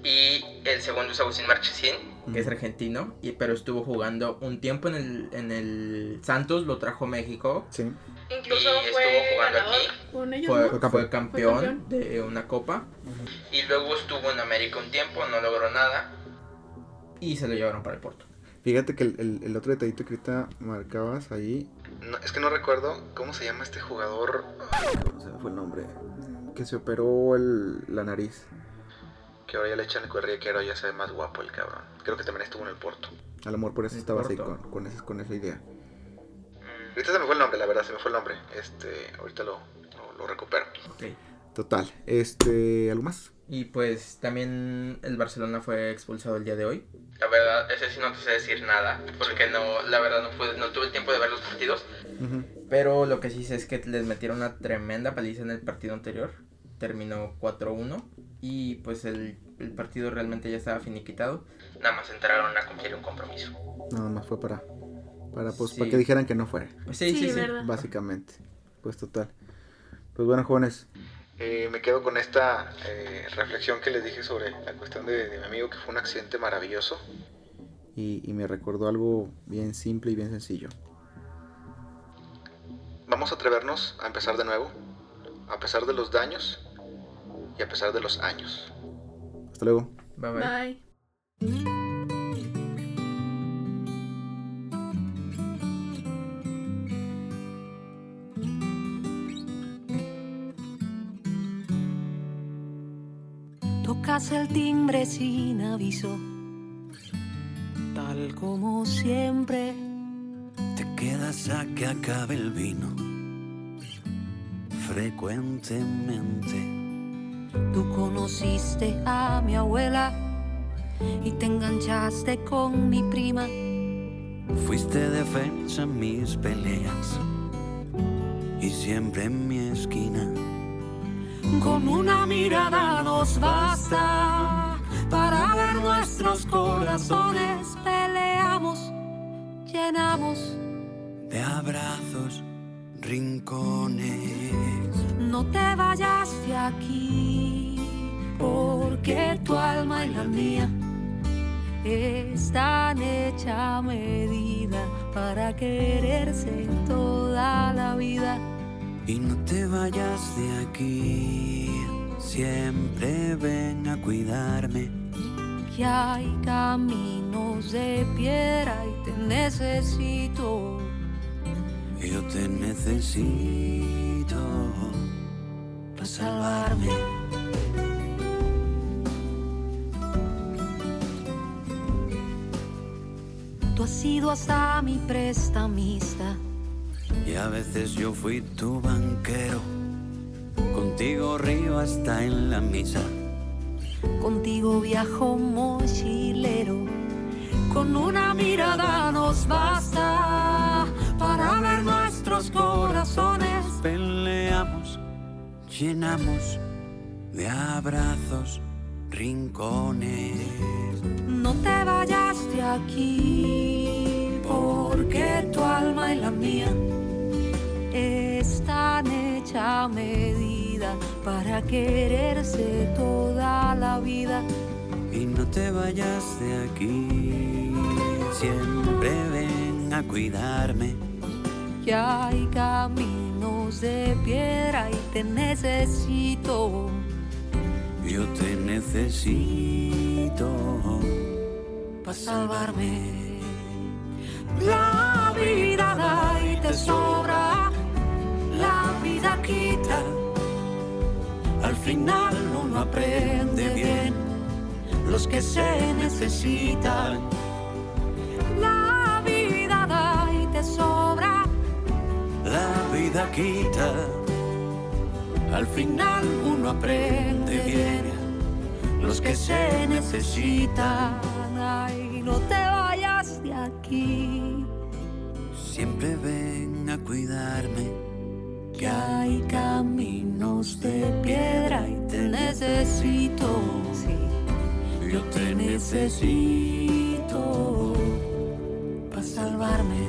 [SPEAKER 2] Y el segundo es Agustín Marchesín.
[SPEAKER 5] que es argentino, y, pero estuvo jugando un tiempo en el, en el Santos, lo trajo a México.
[SPEAKER 3] Sí.
[SPEAKER 2] Y estuvo jugando aquí.
[SPEAKER 6] Con ellos,
[SPEAKER 5] Fue,
[SPEAKER 6] ¿no?
[SPEAKER 3] campeón.
[SPEAKER 5] fue
[SPEAKER 6] Fue
[SPEAKER 5] campeón
[SPEAKER 6] campeón.
[SPEAKER 5] de una copa
[SPEAKER 2] Y luego estuvo en América un tiempo, no logró nada.
[SPEAKER 5] y se lo llevaron para el Porto.
[SPEAKER 3] Fíjate que el, el- el otro detallito que ahorita marcabas ahí.
[SPEAKER 4] No, es que no recuerdo cómo se llama este jugador.
[SPEAKER 3] ¿Cómo se me fue el nombre? Que se operó el- la nariz.
[SPEAKER 4] Que ahora ya le echan el cuerrillo que ahora ya se ve más guapo el cabrón. Creo que también estuvo en el Porto.
[SPEAKER 3] Al amor por eso
[SPEAKER 5] El
[SPEAKER 3] estaba así
[SPEAKER 5] Porto.
[SPEAKER 3] con, con, ese- con esa idea.
[SPEAKER 2] Mm,
[SPEAKER 4] Ahorita Este se me fue el nombre, la verdad, se me fue el nombre. Este, ahorita lo, lo, lo recupero.
[SPEAKER 5] Ok.
[SPEAKER 3] Total. Este, ¿algo más?
[SPEAKER 5] Y pues también el Barcelona fue expulsado el día de hoy.
[SPEAKER 2] La verdad, ese sí no te sé decir nada. Porque no, la verdad, no, pude, no tuve el tiempo de ver los partidos.
[SPEAKER 3] Ujú.
[SPEAKER 5] Pero lo que sí sé es que les metieron una tremenda paliza en el partido anterior. Terminó 4-1. Y pues el, el partido realmente ya estaba finiquitado.
[SPEAKER 2] Nada más entraron a cumplir un compromiso.
[SPEAKER 3] Nada más fue para, para, pues,
[SPEAKER 5] Sí.
[SPEAKER 3] para que dijeran que no fuera,
[SPEAKER 5] Pues sí,
[SPEAKER 6] Sí,
[SPEAKER 5] sí, sí.
[SPEAKER 6] verdad.
[SPEAKER 3] básicamente. Pues total. Pues bueno, jóvenes,
[SPEAKER 4] Eh, me quedo con esta eh, reflexión que les dije sobre la cuestión de, de mi amigo, que fue un accidente maravilloso.
[SPEAKER 3] y, y me recordó algo bien simple y bien sencillo.
[SPEAKER 4] Vamos a atrevernos a empezar de nuevo, a pesar de los daños y a pesar de los años.
[SPEAKER 3] Hasta luego.
[SPEAKER 5] Bye, bye.
[SPEAKER 6] Bye.
[SPEAKER 7] Tocas el timbre sin aviso, tal como siempre.
[SPEAKER 8] Te quedas a que acabe el vino. Frecuentemente
[SPEAKER 7] Tú conociste a mi abuela y te enganchaste con mi prima.
[SPEAKER 8] fuiste defensa en mis peleas y siempre en mi esquina.
[SPEAKER 7] Con una mirada nos basta para ver nuestros corazones. Peleamos, llenamos.
[SPEAKER 8] De abrazos, rincones.
[SPEAKER 7] No te vayas de aquí, porque tu alma y la mía están hecha a medida para quererse toda la vida.
[SPEAKER 8] Y no te vayas de aquí. Siempre ven a cuidarme.
[SPEAKER 7] Que hay caminos de piedra y te necesito.
[SPEAKER 8] Yo te necesito para salvarme.
[SPEAKER 7] Tú has sido hasta mi prestamista.
[SPEAKER 8] Y a veces yo fui tu banquero. Contigo río hasta en la misa.
[SPEAKER 7] Contigo viajo mochilero, con una mirada nos basta para ver
[SPEAKER 8] llenamos de abrazos rincones.
[SPEAKER 7] No te vayas de aquí, porque tu alma y la mía están hecha a medida para quererse toda la vida.
[SPEAKER 8] Y no te vayas de aquí, siempre ven a cuidarme.
[SPEAKER 7] Que hay caminos de piedra y te necesito.
[SPEAKER 8] Yo te necesito
[SPEAKER 7] para salvarme. La vida da y te sobra, la vida quita. Al final uno aprende bien los que se necesitan. La vida da y te sobra,
[SPEAKER 8] La vida quita, al final uno aprende bien
[SPEAKER 7] los que se necesitan. Ay, no te vayas de aquí.
[SPEAKER 8] Siempre ven a cuidarme.
[SPEAKER 7] Que hay caminos de piedra y te necesito.
[SPEAKER 8] Yo te necesito
[SPEAKER 7] necesito para salvarme.